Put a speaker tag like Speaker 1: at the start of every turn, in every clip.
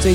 Speaker 1: 最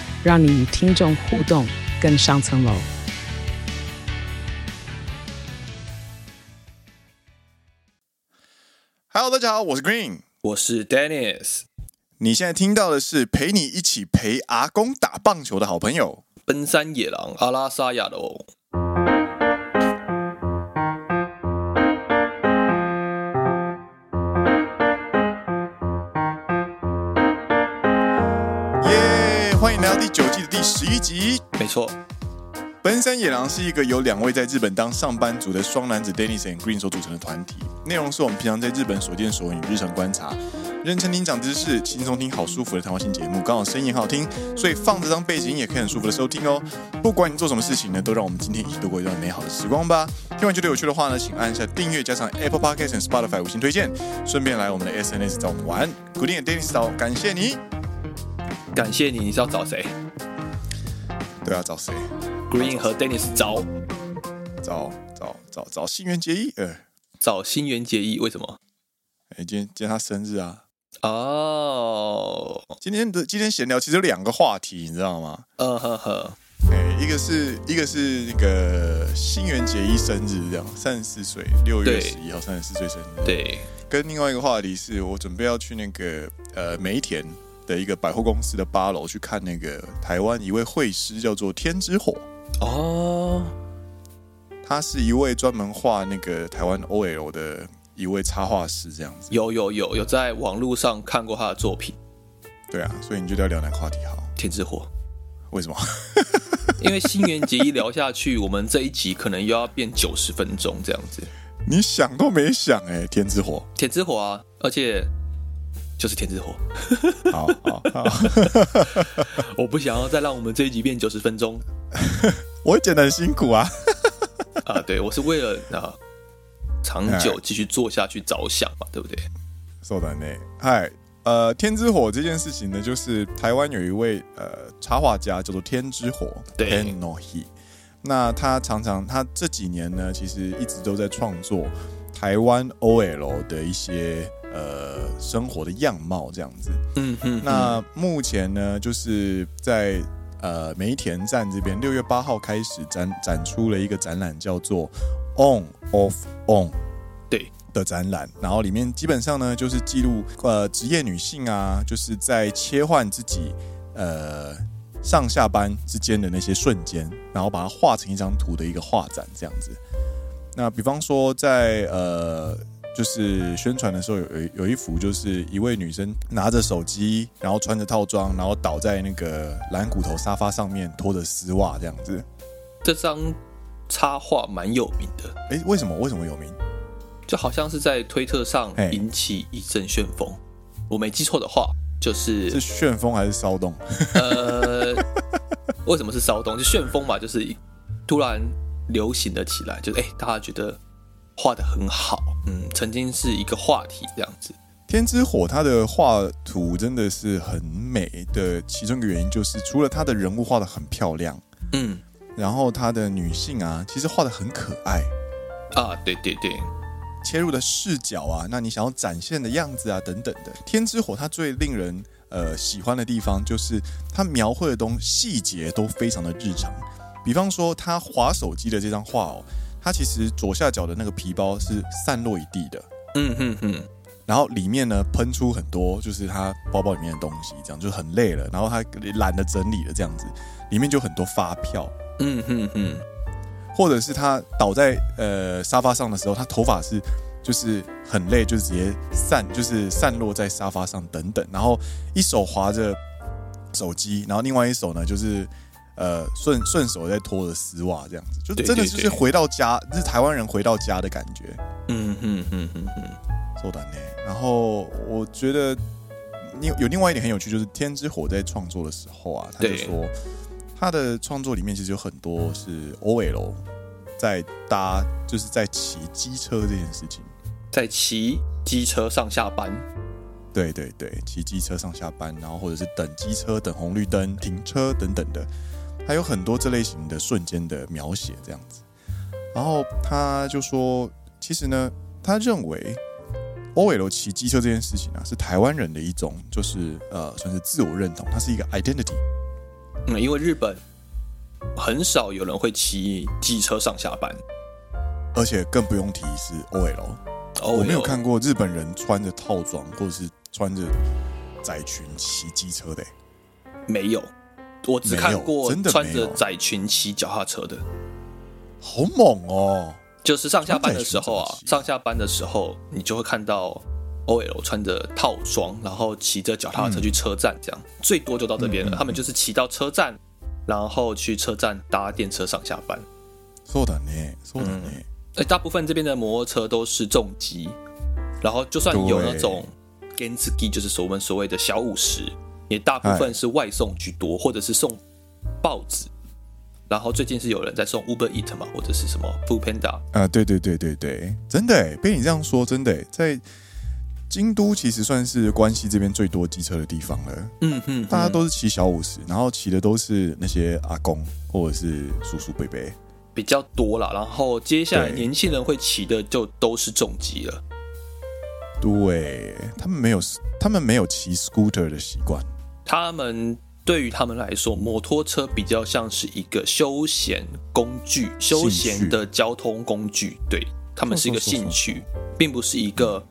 Speaker 1: 让你与听众互动更上层楼。
Speaker 2: Hello，大家好，我是 Green。
Speaker 3: 我是 Dennis，
Speaker 2: 你现在听到的是陪你一起陪阿公打棒球的好朋友。
Speaker 3: 奔山野狼阿拉萨亚的哦。
Speaker 2: 耶、欢迎来到第九季的第十一集。
Speaker 3: 没错，
Speaker 2: 奔山野狼是一个由两位在日本当上班族的双男子 Dennis and Green 所组成的团体，内容是我们平常在日本所见所闻与日常观察，认真听长知识，轻松听好舒服的谈话性节目，刚好声音也很好听，所以放着当背景音也可以很舒服的收听哦。不管你做什么事情呢，都让我们今天一起度过一段美好的时光吧。听完觉得有趣的话呢，请按下订阅，加上 Apple Podcast 和 Spotify 五星推荐，顺便来我们的 SNS 找我们玩。古典 Dennis 找，感谢你。
Speaker 3: 感谢你，你是要找谁
Speaker 2: 对啊，找谁？
Speaker 3: ？Green 和 Dennis 找
Speaker 2: 找找找找新垣结衣。呃，
Speaker 3: 找新垣结衣，为什么？
Speaker 2: 哎，今天今天他生日啊。
Speaker 3: 哦，
Speaker 2: 今天的今天闲聊其实有两个话题，你知道吗？
Speaker 3: 呃呵呵，
Speaker 2: 哎、一个是一个是那个新垣结衣生日，这样三十四岁，六月
Speaker 3: 对
Speaker 2: 十一号三十四岁生日。，
Speaker 3: 对，
Speaker 2: 跟另外一个话题是我准备要去那个呃梅田的一个百货公司的八楼去看那个台湾一位绘师叫做天之火，
Speaker 3: 哦，
Speaker 2: 他是一位专门画那个台湾 OL 的一位插画师，这样子。
Speaker 3: 有有有有在网络上看过他的作品
Speaker 2: 对啊，所以你就要聊哪个话题好？
Speaker 3: 《天之火
Speaker 2: 为什么？》，
Speaker 3: 因为新垣结衣聊下去，我们这一集可能又要变九十分钟这样子。
Speaker 2: 你想都没想哎、天之火。
Speaker 3: 《天之火》啊，而且就是《天之火》，
Speaker 2: 好好好。
Speaker 3: 我不想要再让我们这一集变九十分钟
Speaker 2: 我剪得很辛苦啊。
Speaker 3: 啊、对我是为了啊、长久继续做下去着想嘛，对不对？
Speaker 2: そうだね。嗨，呃，天之火这件事情呢，就是台湾有一位呃插画家叫做天之火
Speaker 3: 对
Speaker 2: t e n o h i 那他常常他这几年呢，其实一直都在创作台湾 OL 的一些呃生活的样貌这样子。
Speaker 3: 嗯哼，
Speaker 2: 那目前呢，就是在呃梅田站这边，六月八号开始展展出了一个展览，叫做 On Off On。
Speaker 3: 对，
Speaker 2: 的展览，然后里面基本上呢就是记录呃职业女性啊，就是在切换自己呃上下班之间的那些瞬间，然后把它画成一张图的一个画展这样子。那比方说在呃就是宣传的时候有有有一幅就是一位女生拿着手机，然后穿着套装，然后倒在那个蓝骨头沙发上面，拖着丝袜这样子。
Speaker 3: 这张插画蛮有名的，
Speaker 2: 诶，为什么为什么有名？
Speaker 3: 就好像是在推特上
Speaker 2: 嘿
Speaker 3: 引起一阵旋风。我没记错的话，就是
Speaker 2: 是旋风还是骚动？
Speaker 3: 呃，为什么是骚动？就旋风嘛，就是一突然流行了起来，就是哎、大家觉得画的很好，嗯，曾经是一个话题这样子。
Speaker 2: 天之火它的画图真的是很美的，其中一个原因就是除了它的人物画的很漂亮，
Speaker 3: 嗯
Speaker 2: 然后它的女性啊，其实画的很可爱，
Speaker 3: 啊，对对对，
Speaker 2: 切入的视角啊，那你想要展现的样子啊，等等的。天之火它最令人呃喜欢的地方就是它描绘的东细节都非常的日常，比方说他滑手机的这张画哦，它其实左下角的那个皮包是散落一地的，
Speaker 3: 嗯哼哼，
Speaker 2: 然后里面呢喷出很多就是他包包里面的东西，这样就很累了，然后他懒得整理了这样子，里面就很多发票，
Speaker 3: 嗯哼哼，
Speaker 2: 或者是他倒在呃沙发上的时候，他头发是就是很累，就直接散，就是散落在沙发上等等，然后一手划着手机，然后另外一手呢就是。呃，顺顺手在拖着丝袜这样子，就
Speaker 3: 对
Speaker 2: 真的
Speaker 3: 对
Speaker 2: 就是
Speaker 3: 对
Speaker 2: 回到家，是台湾人回到家的感觉。
Speaker 3: 嗯哼哼哼哼，
Speaker 2: そうだね。然后我觉得你有另外一点很有趣，就是天之火在创作的时候啊，他就
Speaker 3: 对
Speaker 2: 说他的创作里面其实有很多是 OL 在搭，就是在骑机车这件事情。
Speaker 3: 在骑机车上下班，
Speaker 2: 对对对，骑机车上下班，然后或者是等机车、等红绿灯、停车等等的，还有很多这类型的瞬间的描写这样子。然后他就说，其实呢，他认为 OL 骑机车这件事情啊，是台湾人的一种，就是呃，算是自我认同，它是一个 identity。
Speaker 3: 嗯，因为日本很少有人会骑机车上下班。
Speaker 2: 而且更不用提是 OL，
Speaker 3: 哦，
Speaker 2: 我没有看过日本人穿着套装或者是穿着窄裙骑机车的、欸
Speaker 3: 没有，我只看过
Speaker 2: 没有真的
Speaker 3: 穿
Speaker 2: 没有啊
Speaker 3: 着窄裙骑脚踏车的，
Speaker 2: 好猛哦、
Speaker 3: 就是上下班的时候啊
Speaker 2: 穿窄裙怎么，骑
Speaker 3: 上下班的时候你就会看到 OL 穿着套装，然后骑着脚踏车去车站，这样、最多就到这
Speaker 2: 嗯
Speaker 3: 边了。他们就是骑到车站，然后去车站搭电车上下班。
Speaker 2: そうだね，そうだね。
Speaker 3: 呃，大部分这边的摩托车都是重机，然后就算有
Speaker 2: 对
Speaker 3: 那种 g a n s k i 就是所我们所谓的小五十，也大部分是外送居多，或者是送报纸。然后最近是有人在送 Uber Eat 嘛，或者是什么 Food Panda，
Speaker 2: 啊，对对对对对，真的、欸、被你这样说，真的、欸、在京都其实算是关西这边最多机车的地方了。
Speaker 3: 嗯哼，
Speaker 2: 大家都是骑小五十，然后骑的都是那些阿公或者是叔叔伯伯。
Speaker 3: 比较多啦。然后接下来
Speaker 2: 对
Speaker 3: 年轻人会骑的就都是重机了。
Speaker 2: 对他们没有，他们没有骑 scooter 的习惯。
Speaker 3: 他们对于他们来说，摩托车比较像是一个休闲工具，休闲的交通工具。对他们是一个兴趣，并不是一个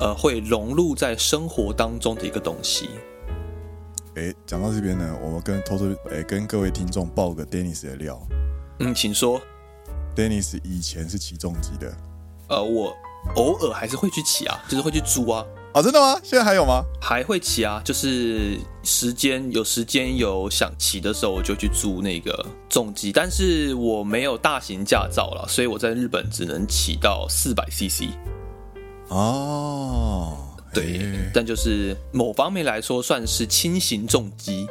Speaker 3: 呃会融入在生活当中的一个东西。
Speaker 2: 诶，讲到这边呢，我们跟偷偷诶跟各位听众爆个 Dennis 的料。
Speaker 3: 嗯，请说。
Speaker 2: Dennis 以前是骑重机的
Speaker 3: 呃，我偶尔还是会去骑啊，就是会去租啊，
Speaker 2: 哦，真的吗？现在还有吗？
Speaker 3: 还会骑啊，就是时间有时间有想骑的时候，我就去租那个重机，但是我没有大型驾照了，所以我在日本只能骑到四百 CC。
Speaker 2: 哦，
Speaker 3: 对
Speaker 2: 诶，
Speaker 3: 但就是某方面来说，算是轻型重机。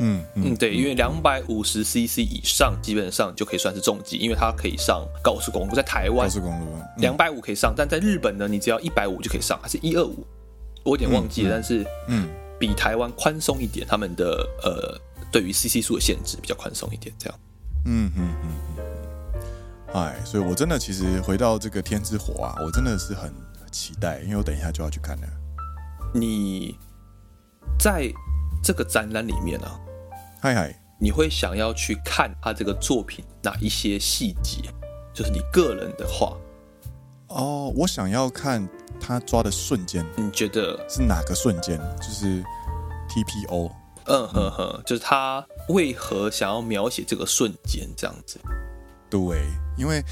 Speaker 2: 嗯
Speaker 3: 嗯，
Speaker 2: 嗯，
Speaker 3: 对，因为两百五十 CC 以上，基本上就可以算是重机，因为它可以上高速公路。在台
Speaker 2: 高
Speaker 3: 湾，
Speaker 2: 速公路嗯
Speaker 3: 两百五可以上，但在日本呢，你只要一百五就可以上，还是一二五？我有点忘记了，但是
Speaker 2: 嗯。
Speaker 3: 比台湾宽松一点，他们的呃对于 CC 数的限制比较宽松一点，这样。
Speaker 2: 嗯嗯嗯嗯嗯，哎，所以我真的其实回到这个《天之火》啊，我真的是很期待，因为我等一下就要去看了。
Speaker 3: 你在这个展览里面啊，
Speaker 2: 嗨嗨，
Speaker 3: 你会想要去看他这个作品哪一些细节？就是你个人的话，
Speaker 2: 哦，我想要看他抓的瞬间
Speaker 3: 你觉得，
Speaker 2: 是哪个瞬间，就是 TPO。
Speaker 3: 嗯哼哼，就是他为何想要描写这个瞬间这样子？
Speaker 2: 对，因为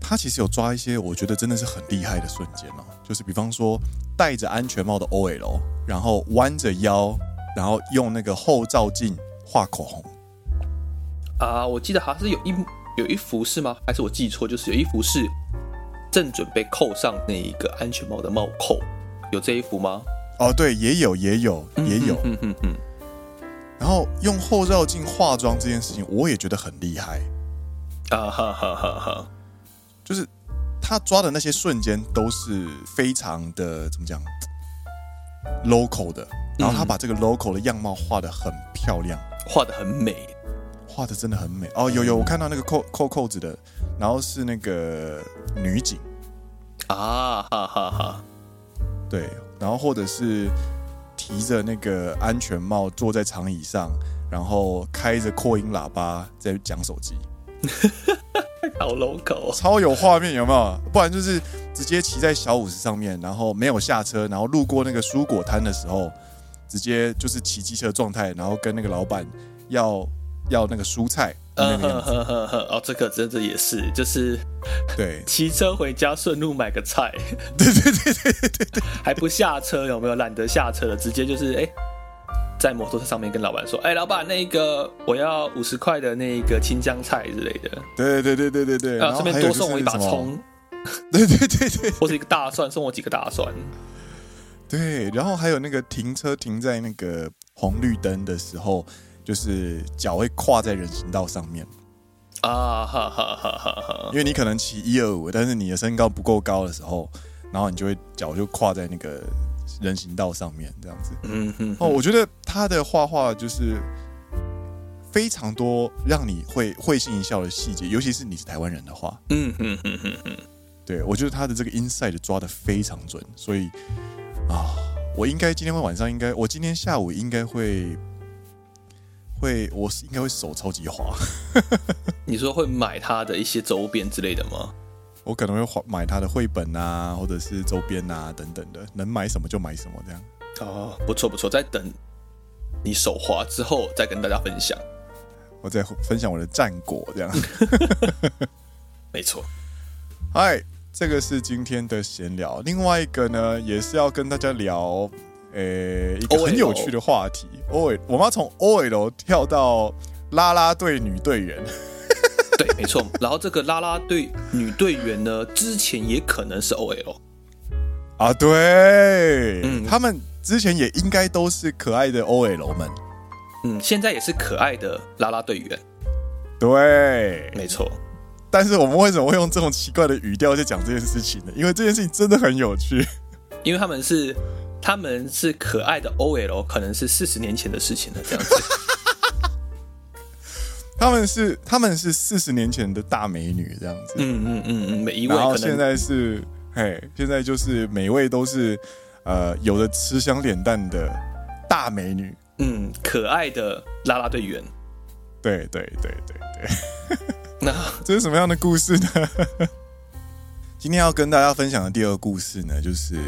Speaker 2: 他其实有抓一些我觉得真的是很厉害的瞬间哦，就是比方说戴着安全帽的 OL，然后弯着腰，然后用那个后照镜画口红。
Speaker 3: 啊，我记得好像是有一有一幅是吗？还是我记错？就是有一幅是正准备扣上那一个安全帽的帽扣，有这一幅吗？
Speaker 2: 哦，对，也有，也有，也有。
Speaker 3: 嗯哼哼，
Speaker 2: 然后用后照镜化妆这件事情，我也觉得很厉害，
Speaker 3: 啊哈哈哈哈，
Speaker 2: 就是他抓的那些瞬间都是非常的怎么讲，local 的，然
Speaker 3: 嗯
Speaker 2: 后他把这个 local 的样貌画的很漂亮，
Speaker 3: 画的很美。
Speaker 2: 画的真的很美。哦，有有，我看到那个扣扣扣子的，然后是那个女警，
Speaker 3: 啊哈哈哈！
Speaker 2: 对，然后或者是提着那个安全帽坐在长椅上，然后开着扩音喇叭在讲手机。
Speaker 3: 好 local 哦
Speaker 2: 超有画面，有没有？不然就是直接骑在小五十上面，然后没有下车，然后路过那个蔬果摊的时候，直接就是骑机车状态，然后跟那个老板要要那个蔬菜，那
Speaker 3: 嗯
Speaker 2: 个
Speaker 3: 哼
Speaker 2: 样子。
Speaker 3: 哼哼哼，哦，这个真的也是，就是
Speaker 2: 对
Speaker 3: 骑车回家顺路买 个菜，对对对对对对，还不下车有没有？懒得下车了，直接就是哎、在摩托车上面跟老板说，哎、老板，那个我要五十块的那个青江菜之类的，
Speaker 2: 对对对对对对。然
Speaker 3: 啊，
Speaker 2: 后
Speaker 3: 这边
Speaker 2: 还有
Speaker 3: 多
Speaker 2: 就是
Speaker 3: 送我一把
Speaker 2: 什么，
Speaker 3: 葱，
Speaker 2: 对对对对
Speaker 3: 或是一个大蒜，送我几个大蒜。
Speaker 2: 对。然后还有那个停车停在那个红绿灯的时候，就是脚会跨在人行道上面，
Speaker 3: 啊哈哈哈哈哈！
Speaker 2: 因为你可能骑一二五，但是你的身高不够高的时候，然后你就会脚就跨在那个人行道上面这样子。
Speaker 3: 嗯哼，
Speaker 2: 哦，我觉得他的画画就是非常多让你会会心一笑的细节，尤其是你是台湾人的话，
Speaker 3: 嗯哼哼哼哼，
Speaker 2: 对我觉得他的这个 inside 抓的非常准，所以啊，我应该今天晚上应该，我今天下午应该会会，我是应该会手超级滑，
Speaker 3: 你说会买他的一些周边之类的吗？
Speaker 2: 我可能会花买他的绘本啊，或者是周边啊等等的，能买什么就买什么这样。
Speaker 3: 哦，不错不错，在等你手滑之后再跟大家分享。
Speaker 2: 我再分享我的战果这样。
Speaker 3: 没错，
Speaker 2: 嗨，这个是今天的闲聊。另外一个呢，也是要跟大家聊，呃、一个
Speaker 3: OL
Speaker 2: 很有趣的话题。OL，我们要从 OL 跳到啦啦队女队员。
Speaker 3: 对，没错。然后这个啦啦队女队员呢，之前也可能是 OL，
Speaker 2: 啊，对，
Speaker 3: 嗯
Speaker 2: 他们之前也应该都是可爱的 OL 们，
Speaker 3: 嗯，现在也是可爱的啦啦队员，
Speaker 2: 对。
Speaker 3: 没错。
Speaker 2: 但是我们为什么会用这种奇怪的语调在讲这件事情呢？因为这件事情真的很有趣。
Speaker 3: 因为他们是他们是可爱的 OL，可能是四十年前的事情了，这样子。
Speaker 2: 他们是他们是四十年前的大美女这样子，
Speaker 3: 嗯嗯嗯嗯，每一位
Speaker 2: 然后
Speaker 3: 可
Speaker 2: 现
Speaker 3: 能
Speaker 2: 在是嘿，现在就是每位都是呃有着吃香脸蛋的大美女。
Speaker 3: 嗯可爱的啦啦队员。
Speaker 2: 对对对对对，
Speaker 3: 那
Speaker 2: 这是什么样的故事呢？ 今天要跟大家分享的第二个故事呢，就是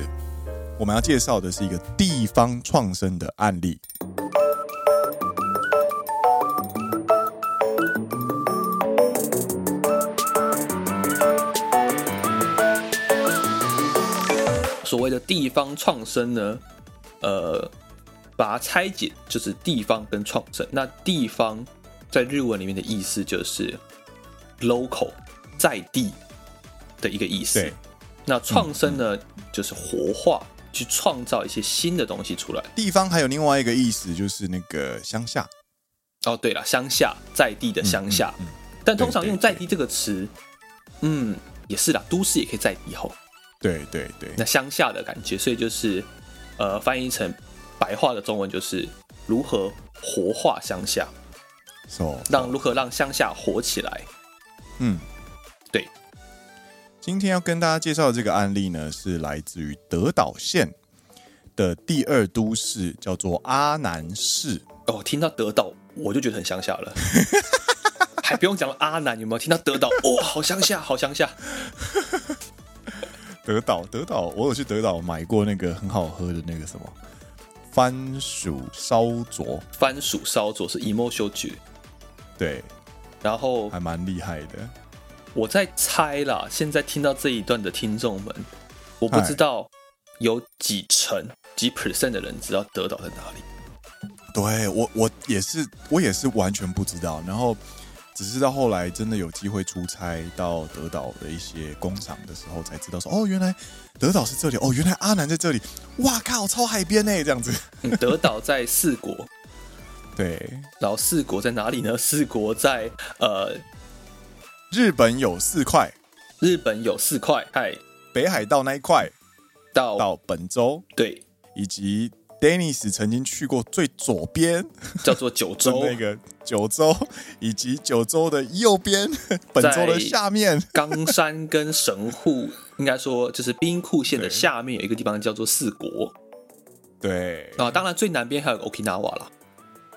Speaker 2: 我们要介绍的是一个地方创生的案例。
Speaker 3: 所谓的地方创生呢，呃，把它拆解就是地方跟创生。那地方在日文里面的意思就是 local 在地的一个意思
Speaker 2: 对。
Speaker 3: 那创生呢，就是活化，去创造一些新的东西出来。
Speaker 2: 地方还有另外一个意思，就是那个乡下。
Speaker 3: 哦，对了，乡下在地的乡下，但通常用“在地”这个词，嗯，也是啦，都市也可以在地吼，
Speaker 2: 对对对，
Speaker 3: 那乡下的感觉，所以就是呃，翻译成白话的中文就是如何活化乡下，
Speaker 2: so,
Speaker 3: 让如何让乡下活起来。
Speaker 2: 嗯，
Speaker 3: 对，
Speaker 2: 今天要跟大家介绍的这个案例呢，是来自于德岛县的第二都市，叫做阿南市。
Speaker 3: 哦，听到得到我就觉得很乡下了。 还不用讲了阿南有没有听到得到？哇、好乡下，好乡下。
Speaker 2: 德岛，德岛，我有去德岛买过那个很好喝的那个什么番薯烧灼，
Speaker 3: 番薯烧灼是 emotional 剧，
Speaker 2: 对，
Speaker 3: 然后
Speaker 2: 还蛮厉害的。
Speaker 3: 我在猜啦，现在听到这一段的听众们，我不知道有几成几 percent 的人知道德岛在哪里。
Speaker 2: 对我，我也是，我也是完全不知道。然后，只是到后来真的有机会出差到德岛的一些工厂的时候，才知道说，哦，原来德岛是这里，哦，原来阿南在这里，哇靠，超海边呢，这样子。
Speaker 3: 嗯德岛在四国，
Speaker 2: 对，
Speaker 3: 然后四国在哪里呢？四国在呃
Speaker 2: 日本有四块，
Speaker 3: 日本有四块，嗨，
Speaker 2: 北海道那一块
Speaker 3: 到
Speaker 2: 到本州，
Speaker 3: 对
Speaker 2: 以及 Dennis 曾经去过最左边
Speaker 3: 叫做九
Speaker 2: 的
Speaker 3: 州
Speaker 2: 那个九州，以及九州的右 边，本州的下面。
Speaker 3: 冈山跟神户，应该说就是兵库县的
Speaker 2: 对
Speaker 3: 下面有一个地方叫做四国
Speaker 2: 对，
Speaker 3: 啊，当然最南边还有 Okinawa 啦。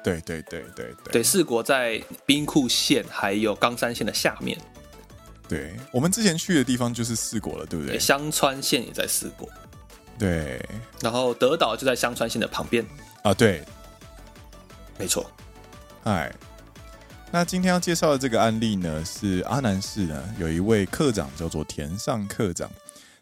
Speaker 2: 对对对对
Speaker 3: 对，四国在兵库县还有冈山县的下面，
Speaker 2: 对，我们之前去的地方就是四国了，对不对
Speaker 3: 对，？香川县也在四国。
Speaker 2: 对，
Speaker 3: 然后德岛就在香川县的旁边，
Speaker 2: 啊，对，
Speaker 3: 没错。
Speaker 2: 嗨，哎那今天要介绍的这个案例呢，是阿南市呢有一位科长叫做田上科长，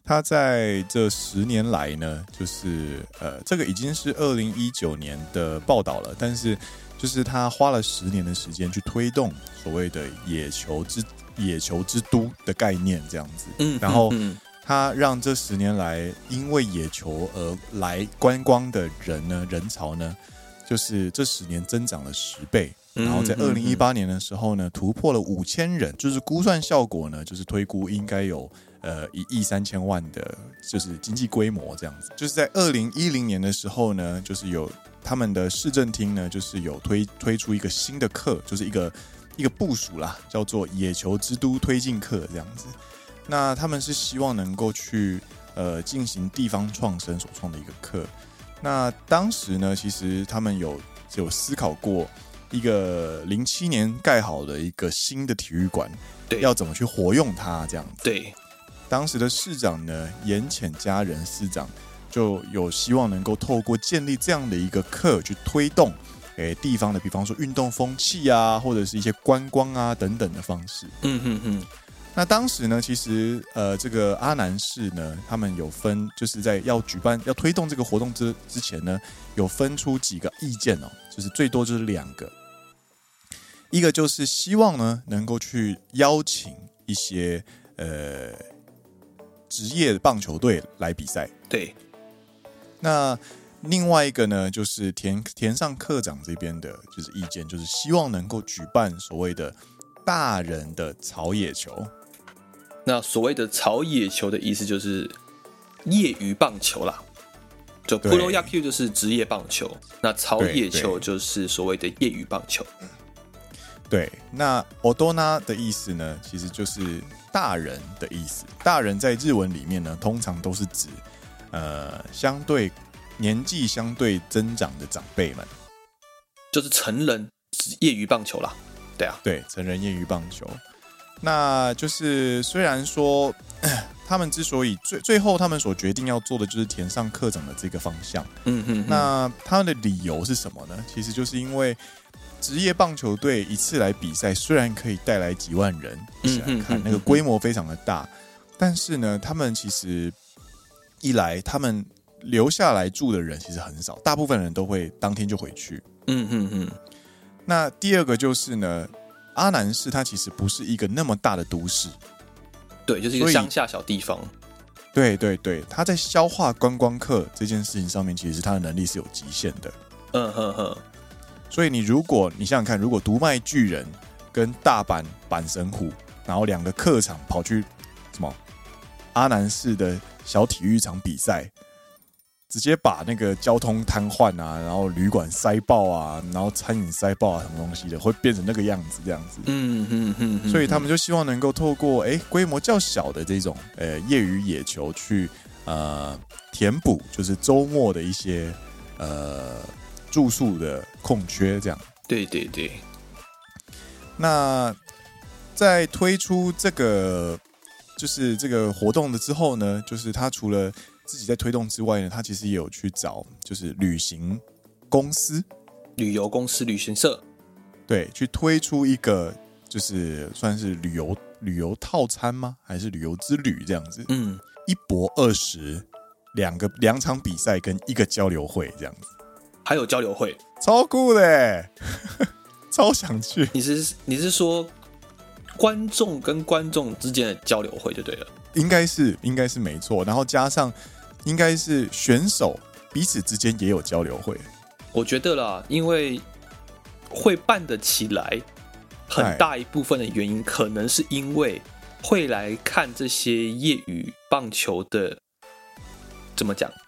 Speaker 2: 他在这十年来呢，就是呃，这个已经是二零一九年的报道了，但是就是他花了十年的时间去推动所谓的野球之野球之都的概念，这样子，
Speaker 3: 嗯
Speaker 2: 然后
Speaker 3: 嗯，
Speaker 2: 他让这十年来因为野球而来观光的人呢，人潮呢，就是这十年增长了十倍。
Speaker 3: 嗯
Speaker 2: 然后在二
Speaker 3: 嗯
Speaker 2: 零一八年的时候呢，突破了五千人，就是估算效果呢，就是推估应该有呃一亿三千万的，就是经济规模这样子。就是在二零一零年的时候呢，就是有他们的市政厅呢，就是有推推出一个新的课，就是一个一个部署啦，叫做“野球之都推进课”这样子。那他们是希望能够去呃进行地方创生所创的一个课。那当时呢，其实他们有有思考过一个零七年盖好的一个新的体育馆，
Speaker 3: 对
Speaker 2: 要怎么去活用它这样子。
Speaker 3: 对，
Speaker 2: 当时的市长呢，岩浅家人市长就有希望能够透过建立这样的一个课去推动，诶地方的，比方说运动风气啊，或者是一些观光啊等等的方式。
Speaker 3: 嗯哼哼，
Speaker 2: 那当时呢，其实呃，这个阿南市呢，他们有分，就是在要举办、要推动这个活动之之前呢，有分出几个意见哦，就是最多就是两个，一个就是希望呢能够去邀请一些呃职业棒球队来比赛，
Speaker 3: 对，
Speaker 2: 那另外一个呢，就是田田上课长这边的，就是意见，就是希望能够举办所谓的大人的草野球。
Speaker 3: 那所谓的草野球的意思就是业余棒球啦，就
Speaker 2: 对
Speaker 3: pro yaku 就是职业棒球，那草野
Speaker 2: 对对
Speaker 3: 球就是所谓的业余棒球。
Speaker 2: 对，那 odona 的意思呢，其实就是大人的意思。大人在日文里面呢，通常都是指呃相对年纪相对增长的长辈们。
Speaker 3: 就是成人职业余棒球啦。对啊，
Speaker 2: 对，成人业余棒球。那就是虽然说 他们之所以最最后他们所决定要做的就是填上课长的这个方向，
Speaker 3: 嗯哼哼，
Speaker 2: 那他们的理由是什么呢？其实就是因为职业棒球队一次来比赛，虽然可以带来几万人一起来
Speaker 3: 嗯嗯
Speaker 2: 看
Speaker 3: 嗯，
Speaker 2: 那个规模非常的大，但是呢，他们其实一来他们留下来住的人其实很少，大部分人都会当天就回去。
Speaker 3: 嗯哼哼，
Speaker 2: 那第二个就是呢，阿南市它其实不是一个那么大的都市，
Speaker 3: 对，就是一个
Speaker 2: 所以
Speaker 3: 乡下小地方。
Speaker 2: 对对对，它在消化观光客这件事情上面，其实它的能力是有极限的。
Speaker 3: 嗯哼哼，
Speaker 2: 所以你如果你想想看，如果独卖巨人跟大阪阪神虎，然后两个客场跑去什么阿南市的小体育场比赛，直接把那个交通瘫痪啊，然后旅馆塞爆啊，然后餐饮塞爆啊，什么东西的，会变成那个样子这样子。
Speaker 3: 嗯哼哼哼，
Speaker 2: 所以他们就希望能够透过诶规模较小的这种呃业余野球去呃填补，就是周末的一些呃住宿的空缺这样。
Speaker 3: 对对对，
Speaker 2: 那在推出这个就是这个活动的之后呢，就是他除了自己在推动之外呢，他其实也有去找就是旅行公司，
Speaker 3: 旅游公司、旅行社，
Speaker 2: 对，去推出一个就是算是旅游旅游套餐吗？还是旅游之旅这样子？
Speaker 3: 嗯，
Speaker 2: 一博二十，两个两场比赛跟一个交流会这样子，
Speaker 3: 还有交流会。
Speaker 2: 超酷的欸， 超想去。
Speaker 3: 你是你是说观众跟观众之间的交流会就对了。
Speaker 2: 应该是应该是没错。然后加上应该是选手彼此之间也有交流会，
Speaker 3: 我觉得啦，因为会办得起来，很大一部分的原因可能是因为会来看这些业余棒球的，怎么讲？
Speaker 2: 哎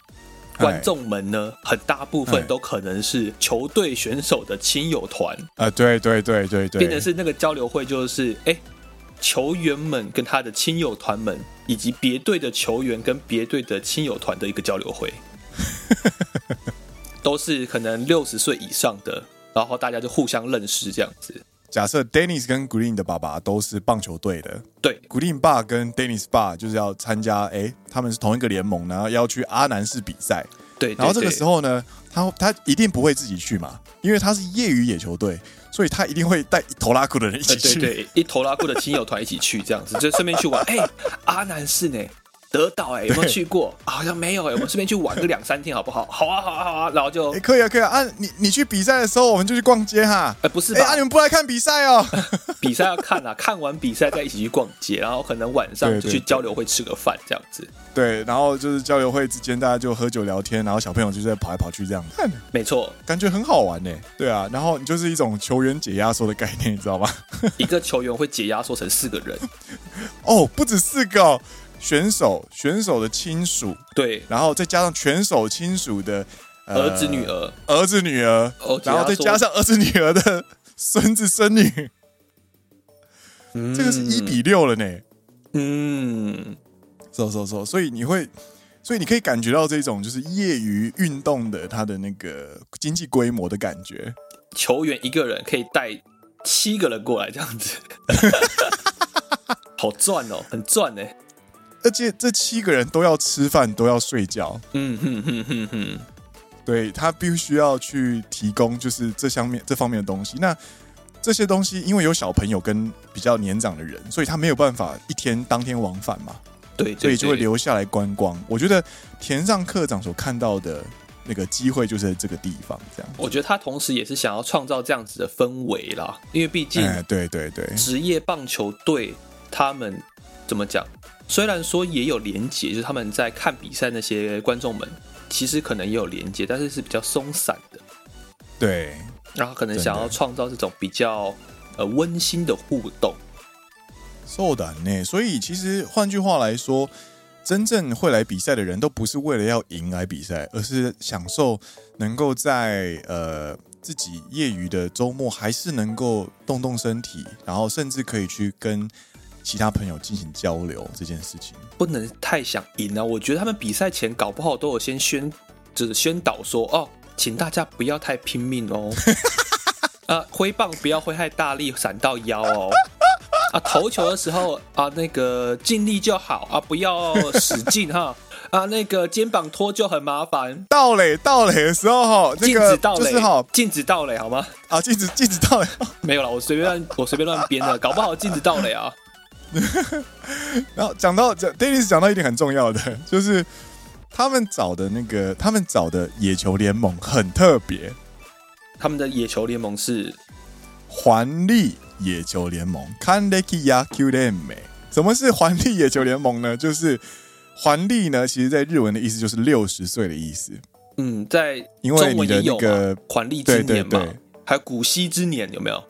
Speaker 3: 观众们呢，很大部
Speaker 2: 哎
Speaker 3: 分都可能是球队选手的亲友团，
Speaker 2: 啊、对对对对对，
Speaker 3: 变成是那个交流会，就是哎、球员们跟他的亲友团们，以及别队的球员跟别队的亲友团的一个交 流会，都是可能六十岁以上的，然后大家就互相认识这样子。
Speaker 2: 假设 Dennis 跟 Green 的爸爸都是棒球队的
Speaker 3: 对，
Speaker 2: ，Green 爸跟 Dennis 爸就是要参加，诶，他们是同一个联盟，然后要去阿南市比赛。
Speaker 3: 对，
Speaker 2: 然后这个时
Speaker 3: 候，
Speaker 2: 候呢，他他一定不会自己去嘛，因为他是业余野球队，所以他一定会带头拉裤的人一起
Speaker 3: 呃对
Speaker 2: 去。
Speaker 3: 对，一头拉过的亲友团一起去这样子，就顺便去玩。哎、阿南是呢，德岛哎、有没有 去过？啊好像没有哎、我们顺便去玩个两三天好不好？好啊，好啊，好啊，然后就
Speaker 2: 哎、可以啊，可以啊，啊，你你去比赛的时候，我们就去逛街哈。
Speaker 3: 哎不是
Speaker 2: 哎、
Speaker 3: 吧
Speaker 2: 啊，你们不来看比赛哦？
Speaker 3: 比赛要看啊，看完比赛再一起去逛街，然后可能晚上
Speaker 2: 对
Speaker 3: 就
Speaker 2: 对
Speaker 3: 去
Speaker 2: 对
Speaker 3: 交流会吃个饭这样子。
Speaker 2: 对，然后就是交流会之间，大家就喝酒聊天，然后小朋友就在跑来跑去这样， 看
Speaker 3: 没错，
Speaker 2: 感觉很好玩呢。对啊，然后你就是一种球员解压缩的概念，你知道吗？
Speaker 3: 一个球员会解压缩成四个人，
Speaker 2: 哦，不止四个、哦、选手，选手的亲属，
Speaker 3: 对，
Speaker 2: 然后再加上选手亲属的、呃
Speaker 3: 儿子女、儿，
Speaker 2: 儿子女儿，
Speaker 3: 哦
Speaker 2: 然后再
Speaker 3: 解
Speaker 2: 加
Speaker 3: 压缩
Speaker 2: 上儿子女儿的孙子孙女，这个是一比六了呢。
Speaker 3: 嗯，
Speaker 2: 是是是，所以你会，所以你可以感觉到这种就是业余运动的它的那个经济规模的感觉。
Speaker 3: 球员一个人可以带七个人过来这样子， 好赚哦，很赚哎、
Speaker 2: 而且这七个人都要吃饭，都要睡觉，
Speaker 3: 嗯哼哼哼哼，
Speaker 2: 对他必须要去提供就是这方面这方面的东西。那这些东西因为有小朋友跟比较年长的人，所以他没有办法一天当天往返嘛，
Speaker 3: 对，
Speaker 2: 所以就会
Speaker 3: 对。
Speaker 2: 留下来观光。我觉得田上课长所看到的那个机会就是在这个地方，这样。
Speaker 3: 我觉得他同时也是想要创造这样子的氛围啦，因为毕竟
Speaker 2: 哎，对对对，
Speaker 3: 职业棒球队他们怎么讲？虽然说也有连结，就是他们在看比赛那些观众们，其实可能也有连结，但是是比较松散的。
Speaker 2: 对，
Speaker 3: 然后可能
Speaker 2: 真的
Speaker 3: 想要创造这种比较呃温馨的互动。
Speaker 2: そうだね。所以其实换句话来说，真正会来比赛的人都不是为了要赢来比赛，而是享受能够在呃自己业余的周末还是能够动动身体，然后甚至可以去跟其他朋友进行交流这件事情。
Speaker 3: 不能太想赢啊！我觉得他们比赛前搞不好都有先宣，就是宣导说哦，请大家不要太拼 命哦，啊，挥棒不要挥太大力，闪到腰哦，啊，投球的时候啊，那个尽力就好啊，不要使劲哈，啊，那个肩膀拖就很麻烦。
Speaker 2: 到垒到垒的时候哈，那
Speaker 3: 禁
Speaker 2: 个
Speaker 3: 止到
Speaker 2: 就
Speaker 3: 垒
Speaker 2: 是哈，
Speaker 3: 禁止到垒好吗？
Speaker 2: 啊，禁止禁止到垒，
Speaker 3: 没有啦，我随便乱，我随便乱编的，搞不好禁止到垒啊。
Speaker 2: 然后讲到讲 d a n i s 讲到一点很重要的， 就是他们找的那个他们找的野球联盟很特别，
Speaker 3: 他们的野球联盟是
Speaker 2: 环力野球联盟 （Kaneki Yaku l e m 什么是环力野球联盟呢？就是环力呢，其实在日文的意思就是六十岁的意思。
Speaker 3: 嗯，在
Speaker 2: 因为
Speaker 3: 中文
Speaker 2: 你的
Speaker 3: 也有
Speaker 2: 那个
Speaker 3: 嘛环力
Speaker 2: 对
Speaker 3: 之
Speaker 2: 对
Speaker 3: 年嘛，
Speaker 2: 对，
Speaker 3: 还有古稀之年有没有？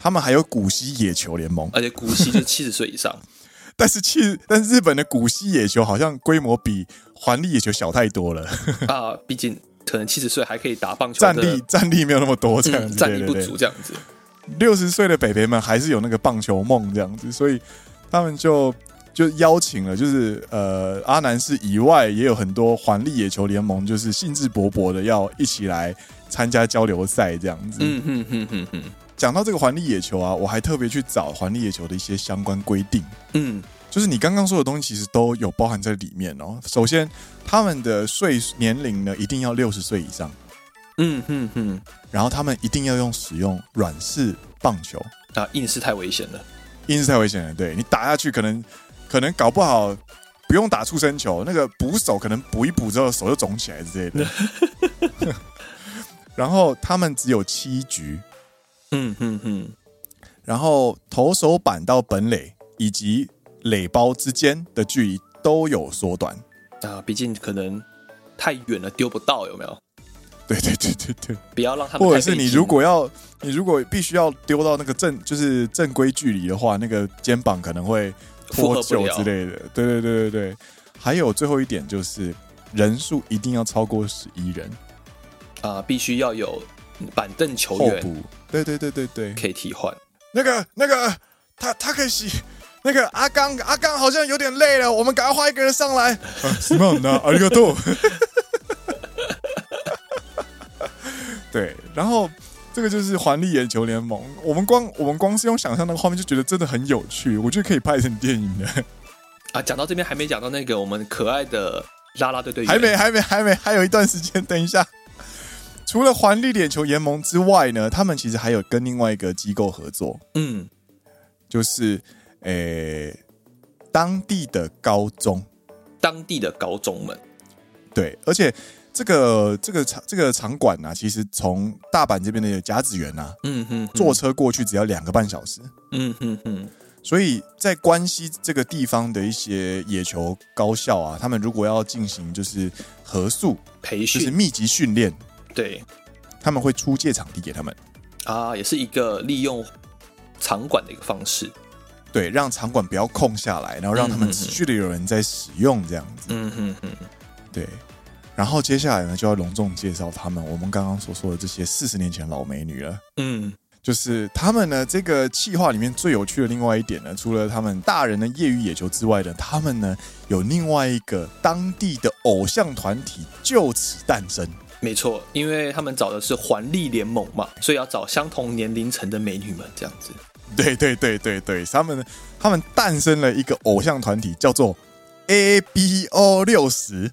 Speaker 2: 他们还有古稀野球联盟，
Speaker 3: 而且古稀就是七十岁以上，
Speaker 2: 但是其实但是日本的古稀野球好像规模比环力野球小太多了，
Speaker 3: 啊，毕竟可能七十岁还可以打棒球
Speaker 2: 战
Speaker 3: 的
Speaker 2: 力战力没有那么多这样
Speaker 3: 嗯
Speaker 2: 子，
Speaker 3: 战力不
Speaker 2: 对对对
Speaker 3: 足这样子。
Speaker 2: 六十岁的北北们还是有那个棒球梦这样子，所以他们就就邀请了，就是呃阿南市以外也有很多环力野球联盟，就是兴致勃勃的要一起来参加交流赛这样子。
Speaker 3: 嗯哼哼哼哼，
Speaker 2: 讲到这个环力野球啊，我还特别去找环力野球的一些相关规定。
Speaker 3: 嗯，
Speaker 2: 就是你刚刚说的东西，其实都有包含在里面哦。首先，他们的岁年龄呢一定要六十岁以上，
Speaker 3: 嗯哼哼，
Speaker 2: 然后他们一定要用使用软式棒球，
Speaker 3: 啊，硬是太危险了。
Speaker 2: 因是太危险了。对你打下去，可能可能搞不好不用打出生球，那个补手可能补一补之后手就肿起来之类的。 然后他们只有七局，
Speaker 3: 嗯哼哼，
Speaker 2: 然后投手板到本垒以及垒包之间的距离都有缩短。
Speaker 3: 啊，毕竟可能太远了丢不到，有没有？
Speaker 2: 对对对对对，
Speaker 3: 不要让他们
Speaker 2: 或者
Speaker 3: 太费
Speaker 2: 是你
Speaker 3: 劲
Speaker 2: 如果要你如果必须要丢到那个正就是正规距离的话，那个肩膀可能会
Speaker 3: 负
Speaker 2: 脱
Speaker 3: 荷不
Speaker 2: 臼
Speaker 3: 了
Speaker 2: 之类的。对对对对对，还有最后一点就是人数一定要超过十一人，
Speaker 3: 啊，必须要有板凳球
Speaker 2: 候
Speaker 3: 员
Speaker 2: 补。对对对对对，
Speaker 3: 可以替换。
Speaker 2: 那个那个他他可以洗。那个阿刚，阿刚好像有点累了，我们赶快换一个人上来。什么呢？阿里个多。 对，然后这个就是环力眼球联盟。我们光我们光是用想象那个画面就觉得真的很有趣，我觉得可以拍成电影的。
Speaker 3: 啊，讲到这边还没讲到那个我们可爱的拉拉队队员，
Speaker 2: 还没，还没，还没，还有一段时间，等一下。除了环力眼球联盟之外呢，他们其实还有跟另外一个机构合作，
Speaker 3: 嗯，
Speaker 2: 就是诶、当地的高中。
Speaker 3: 当地的高中们。
Speaker 2: 对，而且这个这个场这个场馆啊，其实从大阪这边的甲子园啊，
Speaker 3: 嗯哼，
Speaker 2: 坐车过去只要两个半小时，
Speaker 3: 嗯哼哼，
Speaker 2: 所以在关西这个地方的一些野球高校啊，他们如果要进行就是合宿，
Speaker 3: 培
Speaker 2: 就是
Speaker 3: 训
Speaker 2: 密集训练，
Speaker 3: 对
Speaker 2: 他们会出借场地给他们，
Speaker 3: 啊，也是一个利用场馆的一个方式。
Speaker 2: 对，让场馆不要空下来，然后让他们
Speaker 3: 嗯嗯嗯
Speaker 2: 持续的有人在使用这样子。
Speaker 3: 嗯哼哼，
Speaker 2: 对，然后接下来呢，就要隆重介绍他们我们刚刚所说的这些四十年前老美女了。
Speaker 3: 嗯，
Speaker 2: 就是他们呢，这个企划里面最有趣的另外一点呢，除了他们大人的业余野球之外呢，他们呢有另外一个当地的偶像团体就此诞生。
Speaker 3: 没错，因为他们找的是环力联盟嘛，所以要找相同年龄层的美女们这 样子。
Speaker 2: 对对对对对，他们他们诞生了一个偶像团体，叫做 A B O 六十。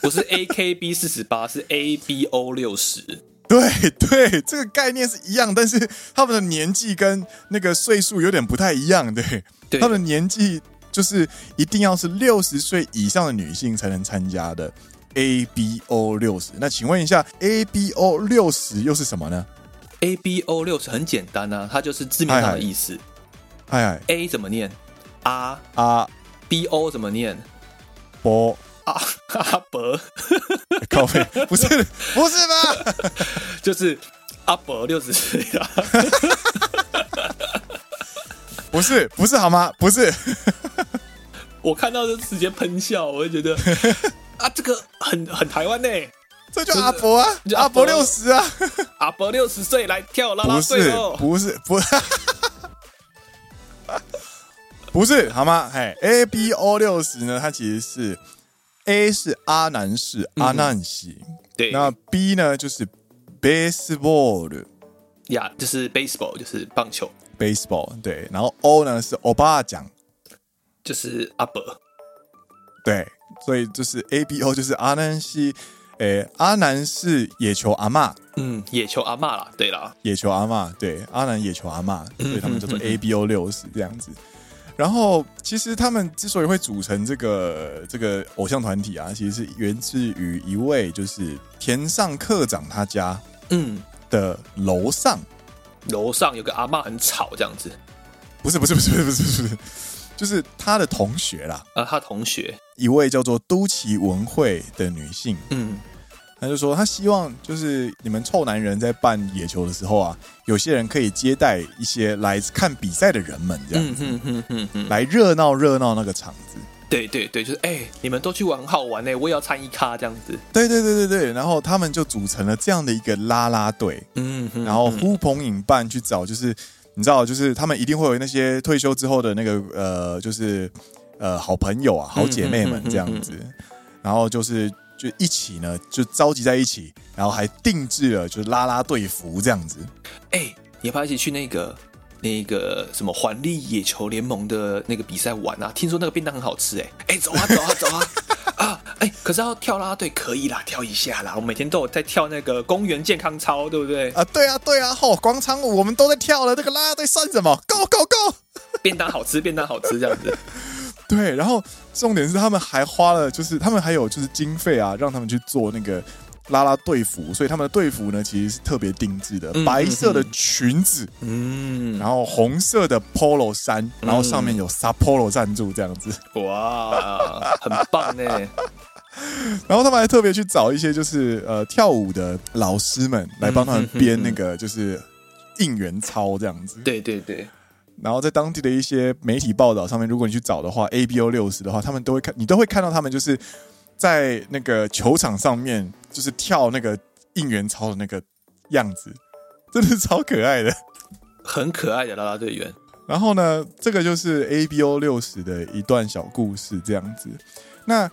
Speaker 3: 不是 AKB 四十八，是 ABO 六十。
Speaker 2: 对对，这个概念是一样，但是他们的年纪跟那个岁数有点不太一样，对，
Speaker 3: 对
Speaker 2: 他们的年纪就是一定要是六十岁以上的女性才能参加的 ABO 六十。那请问一下，ABO 六十又是什么呢？
Speaker 3: ABO 六十很简单啊，它就是字面上的意思。
Speaker 2: 哎
Speaker 3: A 怎么念？R
Speaker 2: 哎，阿
Speaker 3: B O 怎么念？
Speaker 2: 波，
Speaker 3: 啊，阿伯
Speaker 2: 靠背，不是不是吧？
Speaker 3: 就是阿伯六十岁啊啦。
Speaker 2: 不是不是好吗？不是，
Speaker 3: 我看到就直接喷笑，我就 觉得啊，这个很很台湾呢、
Speaker 2: 这就阿伯啊
Speaker 3: 就，是
Speaker 2: 阿伯
Speaker 3: 阿伯
Speaker 2: 六十啊，
Speaker 3: 阿伯六十岁来跳啦啦
Speaker 2: 不
Speaker 3: 队哦
Speaker 2: 是
Speaker 3: 喽。
Speaker 2: 不是不。 不是好吗？嘿 a B O 六十呢？它其实是 A 是阿南市阿南西，
Speaker 3: 对，
Speaker 2: 那 B 呢就是 baseball
Speaker 3: 呀，就是 baseball，就是棒球，
Speaker 2: baseball 对，然后 O 呢是欧巴奖
Speaker 3: 就是阿伯。
Speaker 2: 对，所以就是 A B O 就是阿南西，诶、阿南是野球阿嬷，
Speaker 3: 嗯，野球阿嬷啦，对啦，
Speaker 2: 野球阿嬷，对，阿南野球阿嬷，所以他们叫做 A B O 六十这样子。然后，其实他们之所以会组成这个这个偶像团体啊，其实是源自于一位就是田上课长他家
Speaker 3: 嗯，
Speaker 2: 的楼上，
Speaker 3: 楼上有个阿嬷很吵这样子，
Speaker 2: 不是不是不是不是不是不是，就是他的同学啦，
Speaker 3: 啊，他同学，
Speaker 2: 一位叫做都崎文惠的女性，
Speaker 3: 嗯，
Speaker 2: 他就说他希望就是你们臭男人在办野球的时候啊，有些人可以接待一些来看比赛的人们，这样
Speaker 3: 嗯哼哼哼哼，
Speaker 2: 来热闹热闹那个场子。
Speaker 3: 对对对，就是哎、你们都去玩很好玩呢、我也要参一咖这样子。
Speaker 2: 对对对对对，然后他们就组成了这样的一个啦啦队，
Speaker 3: 嗯哼，
Speaker 2: 然后呼朋引伴去找，就是你知道，就是他们一定会有那些退休之后的那个呃，就是呃好朋友啊、好姐妹们这样
Speaker 3: 嗯
Speaker 2: 子，然后就是就一起呢就召集在一起，然后还定制了就是啦啦队服这样子。
Speaker 3: 哎、你要不要一起去那个那个什么环力野球联盟的那个比赛玩啊？听说那个便当很好吃哎、哎、走啊走啊走啊 啊！哎、可是要跳啦啦队可以啦，跳一下啦。我每天都有在跳那个公园健康操，对不对？
Speaker 2: 啊，对啊，对啊，吼、广场舞我们都在跳了，这个啦啦队算什么？Go Go Go！
Speaker 3: 便当好吃，便当好吃这 样子。
Speaker 2: 对，然后重点是他们还花了，就是他们还有就是经费啊，让他们去做那个啦啦队服，所以他们的队服呢其实是特别定制的，
Speaker 3: 嗯
Speaker 2: 白色的裙子，
Speaker 3: 嗯，
Speaker 2: 然后红色的 polo 衫，然后上面有 Sapporo 赞助这样子，
Speaker 3: 哇，很棒欸呢、
Speaker 2: 然后他们还特别去找一些就是呃跳舞的老师们来帮他
Speaker 3: 嗯
Speaker 2: 们编那个就是应援操这样子。
Speaker 3: 对对对，
Speaker 2: 然后在当地的一些媒体报道上面，如果你去找的话，ABO 六十的话，他们都会看，你都会看到他们就是在那个球场上面，就是跳那个应援操的那个样子，真的是超可爱的。
Speaker 3: 很可爱的啦啦队员。
Speaker 2: 然后呢，这个就是 ABO 六十的一段小故事，这样子。那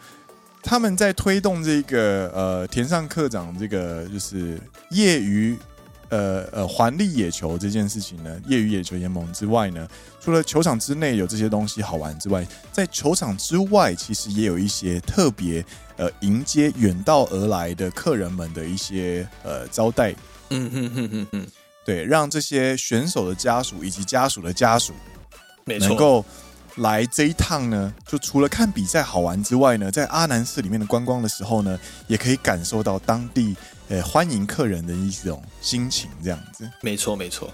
Speaker 2: 他们在推动这个呃田上课长这个就是业余呃呃环力野球这件事情呢，业余野球联盟之外呢，除了球场之内有这些东西好玩之外，在球场之外其实也有一些特别呃迎接远道而来的客人们的一些呃招待，
Speaker 3: 嗯哼哼哼哼，
Speaker 2: 对，让这些选手的家属以及家属的家属
Speaker 3: 没
Speaker 2: 能
Speaker 3: 错，
Speaker 2: 够来这一趟呢，就除了看比赛好玩之外呢，在阿南市里面的观光的时候呢，也可以感受到当地呃欢迎客人的一种心情，这样子
Speaker 3: 没错没错，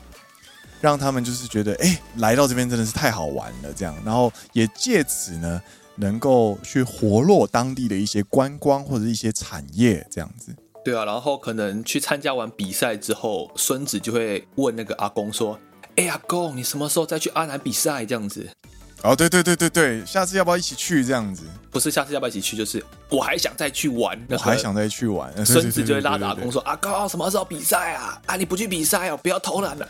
Speaker 2: 让他们就是觉得哎、来到这边真的是太好玩了这样，然后也借此呢能够去活络当地的一些观光或者一些产业这样子。
Speaker 3: 对啊。然后可能去参加完比赛之后，孙子就会问那个阿公说：“哎、阿公，你什么时候再去阿南比赛？”这样子，
Speaker 2: 哦，对对对对对，下次要不要一起去这样子？
Speaker 3: 不是下次要不要一起去，就是我还想再去玩。那
Speaker 2: 我
Speaker 3: 个
Speaker 2: 还想再去玩，呃
Speaker 3: 孙子就会拉着阿公。
Speaker 2: 对对对对对对
Speaker 3: 说：“阿公，什么时候比赛啊？啊，你不去比赛哦，不要偷懒了。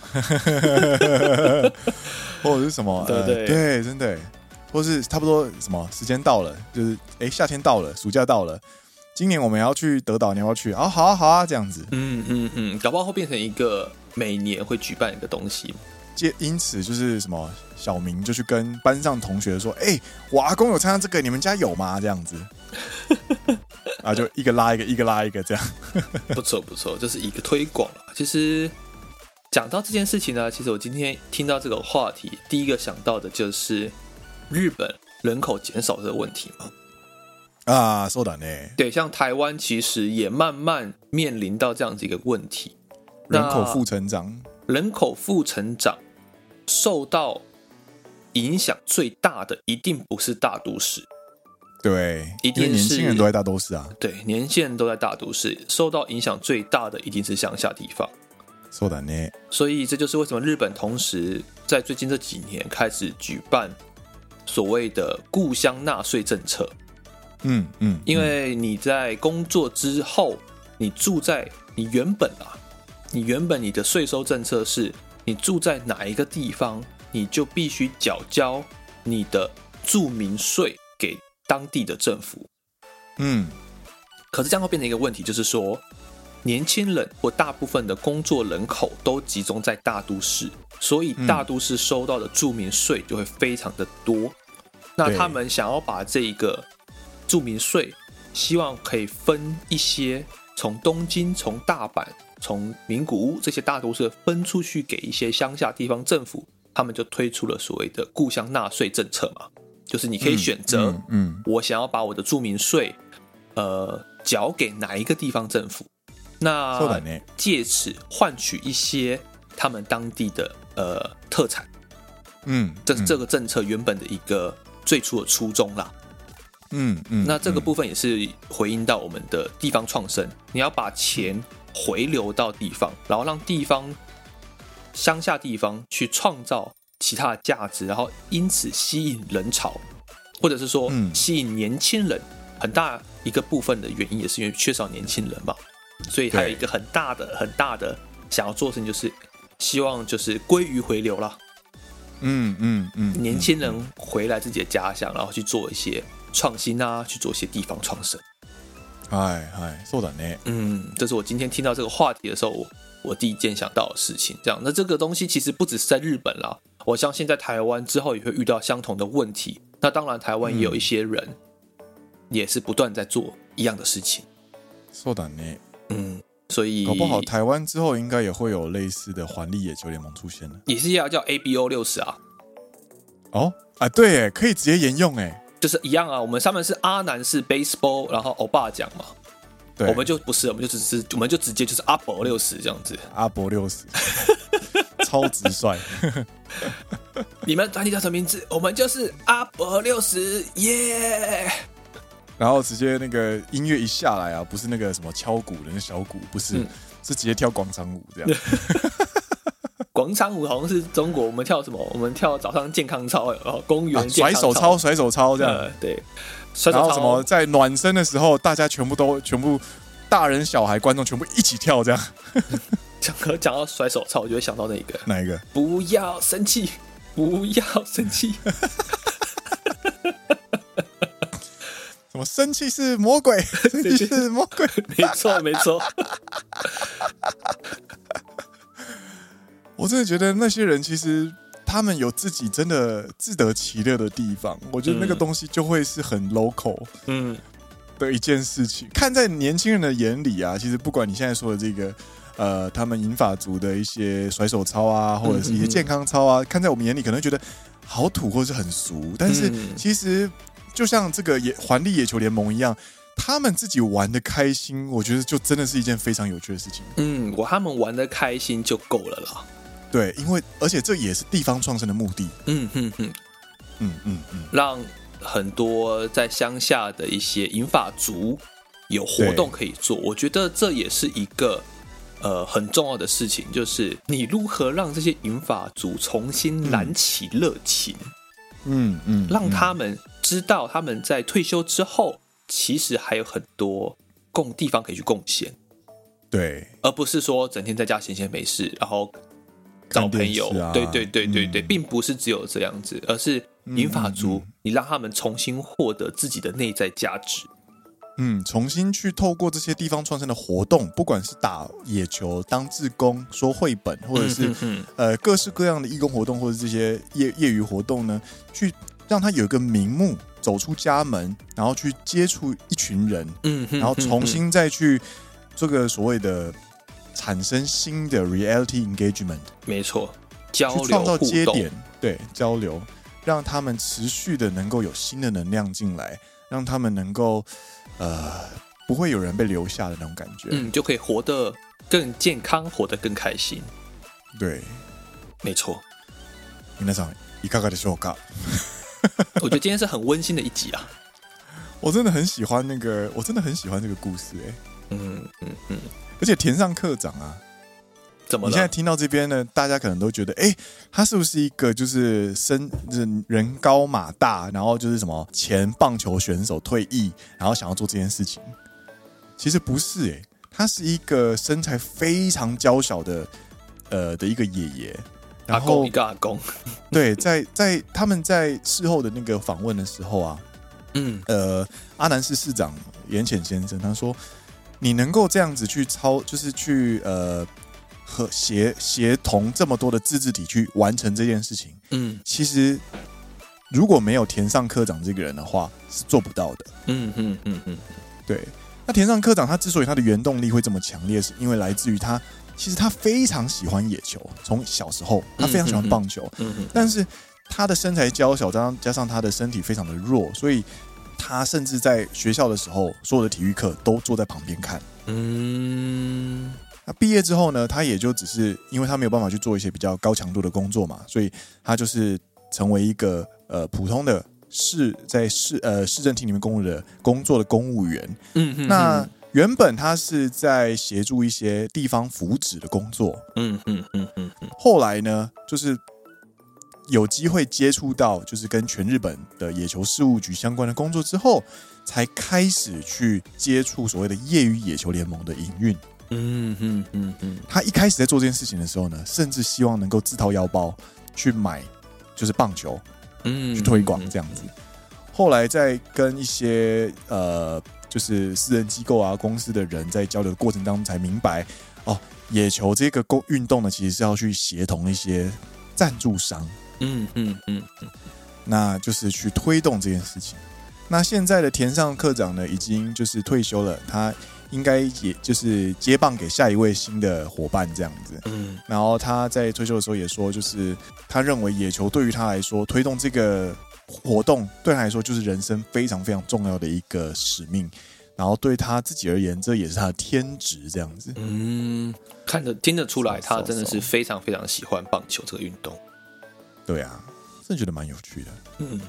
Speaker 2: 或者是什么？
Speaker 3: 对
Speaker 2: 呃
Speaker 3: 对
Speaker 2: 对，真的，或是差不多什么时间到了，就是哎，夏天到了，暑假到了，今年我们要去德岛，你要不要去？啊，好啊，好啊，这样子”，
Speaker 3: 嗯嗯嗯，搞不好会变成一个每年会举办一个东西。
Speaker 2: 借因此就是什么，小明就去跟班上同学说，哎，我阿公有参加这个，你们家有吗？这样子，啊，就一个拉一个，一个拉一个这样，
Speaker 3: 不错不错，这是一个推广啦其实讲到这件事情呢，其实我今天听到这个话题，第一个想到的就是日本人口减少这个问题嘛。
Speaker 2: 啊，そうだね，
Speaker 3: 对，像台湾其实也慢慢面临到这样子一个问题，
Speaker 2: 人口
Speaker 3: 那
Speaker 2: 负成长，
Speaker 3: 人口负成长受到影响最大的一定不是大都市，
Speaker 2: 对，
Speaker 3: 一定
Speaker 2: 因为年轻
Speaker 3: 是
Speaker 2: 人都在大都市啊，
Speaker 3: 对，年轻人都在大都市，受到影响最大的一定是乡下地方。
Speaker 2: そうだね，
Speaker 3: 所以这就是为什么日本同时在最近这几年开始举办所谓的故乡纳税政策，
Speaker 2: 嗯嗯，
Speaker 3: 因为你在工作之后，你住在你原本啊，你原本你的税收政策是你住在哪一个地方，你就必须缴交你的住民税给当地的政府。
Speaker 2: 嗯，
Speaker 3: 可是这样会变成一个问题，就是说，年轻人或大部分的工作人口都集中在大都市，所
Speaker 2: 嗯
Speaker 3: 以大都市收到的住民税就会非常的多。那
Speaker 2: 对
Speaker 3: 他们想要把这一个住民税，希望可以分一些从东京、从大阪、从名古屋这些大都市分出去给一些乡下地方政府，他们就推出了所谓的故乡纳税政策嘛，就是你可以选择、
Speaker 2: 嗯嗯，
Speaker 3: 我想要把我的住民税，呃，缴给哪一个地方政府？
Speaker 2: そうだ
Speaker 3: 那
Speaker 2: ね
Speaker 3: 借此换取一些他们当地的呃特产，
Speaker 2: 嗯，
Speaker 3: 这是
Speaker 2: 嗯
Speaker 3: 这个政策原本的一个最初的初衷啦。
Speaker 2: 嗯嗯，
Speaker 3: 那这个
Speaker 2: 嗯
Speaker 3: 部分也是回应到我们的地方创生，你要把钱回流到地方，然后让地方乡下地方去创造其他的价值，然后因此吸引人潮，或者是说
Speaker 2: 嗯
Speaker 3: 吸引年轻人。很大一个部分的原因也是因为缺少年轻人嘛，所以还有
Speaker 2: 对
Speaker 3: 一个很大的很大的想要做的事情就是希望就是归于回流啦。
Speaker 2: 嗯嗯嗯，
Speaker 3: 年
Speaker 2: 嗯
Speaker 3: 轻人回来自己的家乡，然后去做一些创新啊，去做一些地方创生。
Speaker 2: 哎哎，そうだね，
Speaker 3: 嗯，这是我今天听到这个话题的时候，我我第一件想到的事情。这样，那这个东西其实不只是在日本啦，我相信在台湾之后也会遇到相同的问题。那当然，台湾也有一些人、也是不断在做一样的事情。
Speaker 2: そうだね，
Speaker 3: 嗯，所以
Speaker 2: 搞不好台湾之后应该也会有类似的环力野球联盟出现了。
Speaker 3: 也是要叫 ABO 六十啊，
Speaker 2: 哦啊，对耶，可以直接沿用哎，
Speaker 3: 就是一样啊。我们上面是阿南是 baseball，然后欧巴奖嘛，
Speaker 2: 对，
Speaker 3: 我们就不是，我们就只是我们就直接就是阿伯六十这样子。
Speaker 2: 阿伯六 十，超直率，
Speaker 3: 你们团体叫什么名字？我们就是阿伯六十耶。
Speaker 2: 然后直接那个音乐一下来啊，不是那个什么敲鼓的那小鼓，不是，
Speaker 3: 嗯
Speaker 2: 是直接跳广场舞 这样。啊
Speaker 3: 广场舞好像是中国，我们跳什么？我们跳早上健康操，然后公
Speaker 2: 啊
Speaker 3: 园健
Speaker 2: 甩
Speaker 3: 康
Speaker 2: 手操，甩手操这样，
Speaker 3: 呃，对，甩手
Speaker 2: 然后
Speaker 3: 操
Speaker 2: 什么在暖身的时候，大家全部都全部大人小孩观众全部一起跳这样，
Speaker 3: 讲到讲到甩手操，我就会想到那一个，
Speaker 2: 哪一个？
Speaker 3: 不要生气， 不要生气，
Speaker 2: 什么生气是魔鬼，生气是魔鬼。
Speaker 3: 没错没错，
Speaker 2: 我真的觉得那些人其实他们有自己真的自得其乐的地方，我觉得那个
Speaker 3: 嗯
Speaker 2: 东西就会是很 local
Speaker 3: 嗯，
Speaker 2: 的一件事情。看在年轻人的眼里啊，其实不管你现在说的这个。呃，他们银发族的一些甩手操啊，或者是一些健康操啊，看在我们眼里可能觉得好土或是很俗，但是
Speaker 3: 嗯
Speaker 2: 其实就像这个野环力野球联盟一样，他们自己玩的开心，我觉得就真的是一件非常有趣的事情。
Speaker 3: 嗯，我他们玩的开心就够了啦。
Speaker 2: 对，因为而且这也是地方创生的目的。
Speaker 3: 嗯哼哼，
Speaker 2: 嗯嗯嗯，
Speaker 3: 让很多在乡下的一些银发族有活动可以做，我觉得这也是一个呃很重要的事情，就是你如何让这些银发族重新燃起热情，
Speaker 2: 嗯嗯，
Speaker 3: 让他们知道他们在退休之后其实还有很多贡地方可以去贡献，
Speaker 2: 对
Speaker 3: 而不是说整天在家闲闲没事，然后找朋友
Speaker 2: 看电视，啊
Speaker 3: 对对对对对，
Speaker 2: 嗯
Speaker 3: 并不是只有这样子，而是银发族，你让他们重新获得自己的内在价值。
Speaker 2: 嗯，重新去透过这些地方创生的活动，不管是打野球、当志工、说绘本，或者是、
Speaker 3: 嗯嗯
Speaker 2: 呃各式各样的义工活动，或者这些业业余活动呢，去让他有一个名目，走出家门，然后去接触一群人，
Speaker 3: 嗯哼，
Speaker 2: 然后重新再去这个所谓的产生新的 reality engagement，
Speaker 3: 没错，交
Speaker 2: 去
Speaker 3: 流
Speaker 2: 创造
Speaker 3: 互
Speaker 2: 接
Speaker 3: 动
Speaker 2: 点，，对交流，让他们持续的能够有新的能量进来，让他们能够呃不会有人被留下的那种感觉。
Speaker 3: 嗯，就可以活得更健康，活得更开心。
Speaker 2: 对，
Speaker 3: 没错，
Speaker 2: 皆さんいかがでしょうか？
Speaker 3: 我觉得今天是很温馨的一集啊。
Speaker 2: 我真的很喜欢那个，我真的很喜欢这个故事哎、
Speaker 3: 嗯嗯嗯，
Speaker 2: 而且田上课长啊，
Speaker 3: 怎么
Speaker 2: 你现在
Speaker 3: 了？
Speaker 2: 听到这边呢，大家可能都觉得，哎、他是不是一个就是身人人高马大，然后就是什么前棒球选手退役，然后想要做这件事情？其实不是、哎，他是一个身材非常娇小的，呃的一个爷爷。
Speaker 3: 阿
Speaker 2: 然
Speaker 3: 公
Speaker 2: 后
Speaker 3: 一个阿公，
Speaker 2: 对，在在他们在事后的那个访问的时候啊，
Speaker 3: 嗯
Speaker 2: 呃，阿南市市长严浅先生他说，你能够这样子去操，就是去呃和协协同这么多的自治体去完成这件事情，
Speaker 3: 嗯
Speaker 2: 其实如果没有田上科长这个人的话，是做不到的。
Speaker 3: 嗯嗯嗯嗯，
Speaker 2: 对，那田上科长他之所以他的原动力会这么强烈，是因为来自于他其实他非常喜欢野球，从小时候他非常喜欢棒球，
Speaker 3: 嗯嗯
Speaker 2: 但是他的身材娇小，加上加上他的身体非常的弱，所以他甚至在学校的时候，所有的体育课都坐在旁边看。
Speaker 3: 嗯
Speaker 2: 那毕业之后呢，他也就只是因为他没有办法去做一些比较高强度的工作嘛，所以他就是成为一个呃普通的市在市呃市政厅里面工作的工作的公务员。
Speaker 3: 嗯嗯，
Speaker 2: 那原本他是在协助一些地方福祉的工作，
Speaker 3: 嗯嗯嗯嗯嗯
Speaker 2: 后来呢，就是有机会接触到就是跟全日本的野球事务局相关的工作之后，才开始去接触所谓的业余野球联盟的营运。
Speaker 3: 嗯嗯嗯嗯，
Speaker 2: 他一开始在做这件事情的时候呢，甚至希望能够自掏腰包去买就是棒球
Speaker 3: 嗯，
Speaker 2: 去推广这样子。后来在跟一些呃就是私人机构啊公司的人在交流的过程当中，才明白哦，野球这个公运动呢，其实是要去协同一些赞助商。
Speaker 3: 嗯，嗯嗯嗯
Speaker 2: 那就是去推动这件事情。那现在的田上课长呢，已经就是退休了，他应该也就是接棒给下一位新的伙伴这样子。
Speaker 3: 嗯
Speaker 2: 然后他在退休的时候也说，就是他认为野球对于他来说，推动这个活动对他来说就是人生非常非常重要的一个使命。然后对他自己而言，这也是他的天职这样子。
Speaker 3: 嗯，看得听得出来，他真的
Speaker 2: 手
Speaker 3: 是
Speaker 2: 手
Speaker 3: 非常非常喜欢棒球这个运动。
Speaker 2: 对啊，真的觉得蛮有趣的。
Speaker 3: 嗯，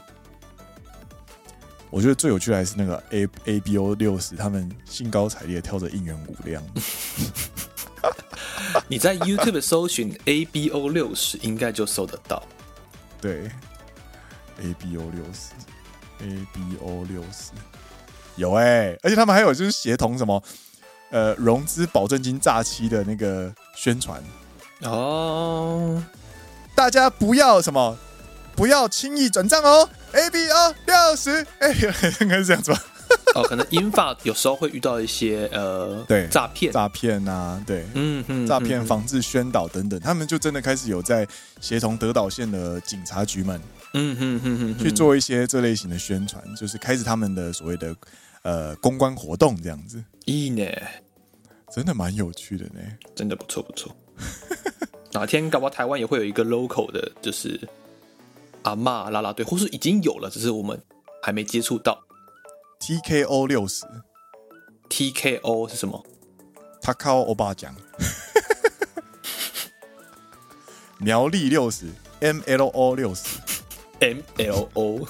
Speaker 2: 我觉得最有趣的还是那个 A A B O 六十，他们兴高采烈地跳着应援舞的样子。
Speaker 3: 你在 YouTube 搜寻 ABO 六十，应该就搜得到。
Speaker 2: 对，A B O 六十，A B O 六十，有哎、而且他们还有就是协同什么，呃，融资保证金诈欺的那个宣传，
Speaker 3: 哦，
Speaker 2: 大家不要什么，不要轻易转账哦，A B O 六十，哎， 应该是这样子吧？
Speaker 3: 哦，可能英法有时候会遇到一些呃，
Speaker 2: 对
Speaker 3: 诈骗，
Speaker 2: 诈骗啊，对。
Speaker 3: 嗯嗯，
Speaker 2: 诈骗防治宣导等等，他们就真的开始有在协同德岛县的警察局们
Speaker 3: 嗯，嗯嗯嗯嗯，
Speaker 2: 去做一些这类型的宣传，就是开始他们的所谓的呃公关活动这样子。
Speaker 3: 一呢，
Speaker 2: 真的蛮有趣的呢。
Speaker 3: 真的不错不错。哪天搞不好台湾也会有一个 local 的，就是阿嬷啦啦队，或是已经有了，只是我们还没接触到。
Speaker 2: TKO 六十
Speaker 3: TKO 是什么？
Speaker 2: 他靠欧巴奖， 苗栗六十 MLO 六十，
Speaker 3: MLO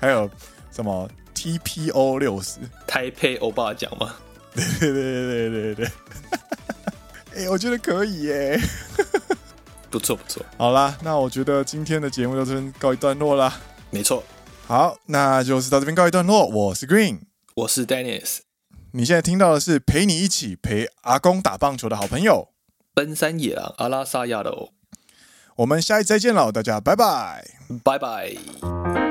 Speaker 2: 还有什么 TPO 六十？
Speaker 3: 台配欧巴奖吗？
Speaker 2: 对对对对对对。 哎、我觉得可以耶。
Speaker 3: 不错不错，
Speaker 2: 好啦，那我觉得今天的节目就这边告一段落啦。
Speaker 3: 没错，
Speaker 2: 好，那就是到这边告一段落。我是 Green，
Speaker 3: 我是 Dennis，
Speaker 2: 你现在听到的是陪你一起陪阿公打棒球的好朋友。
Speaker 3: 奔山野狼阿拉萨亚的哦，
Speaker 2: 我们下一集再见喽，大家拜拜。
Speaker 3: 拜拜。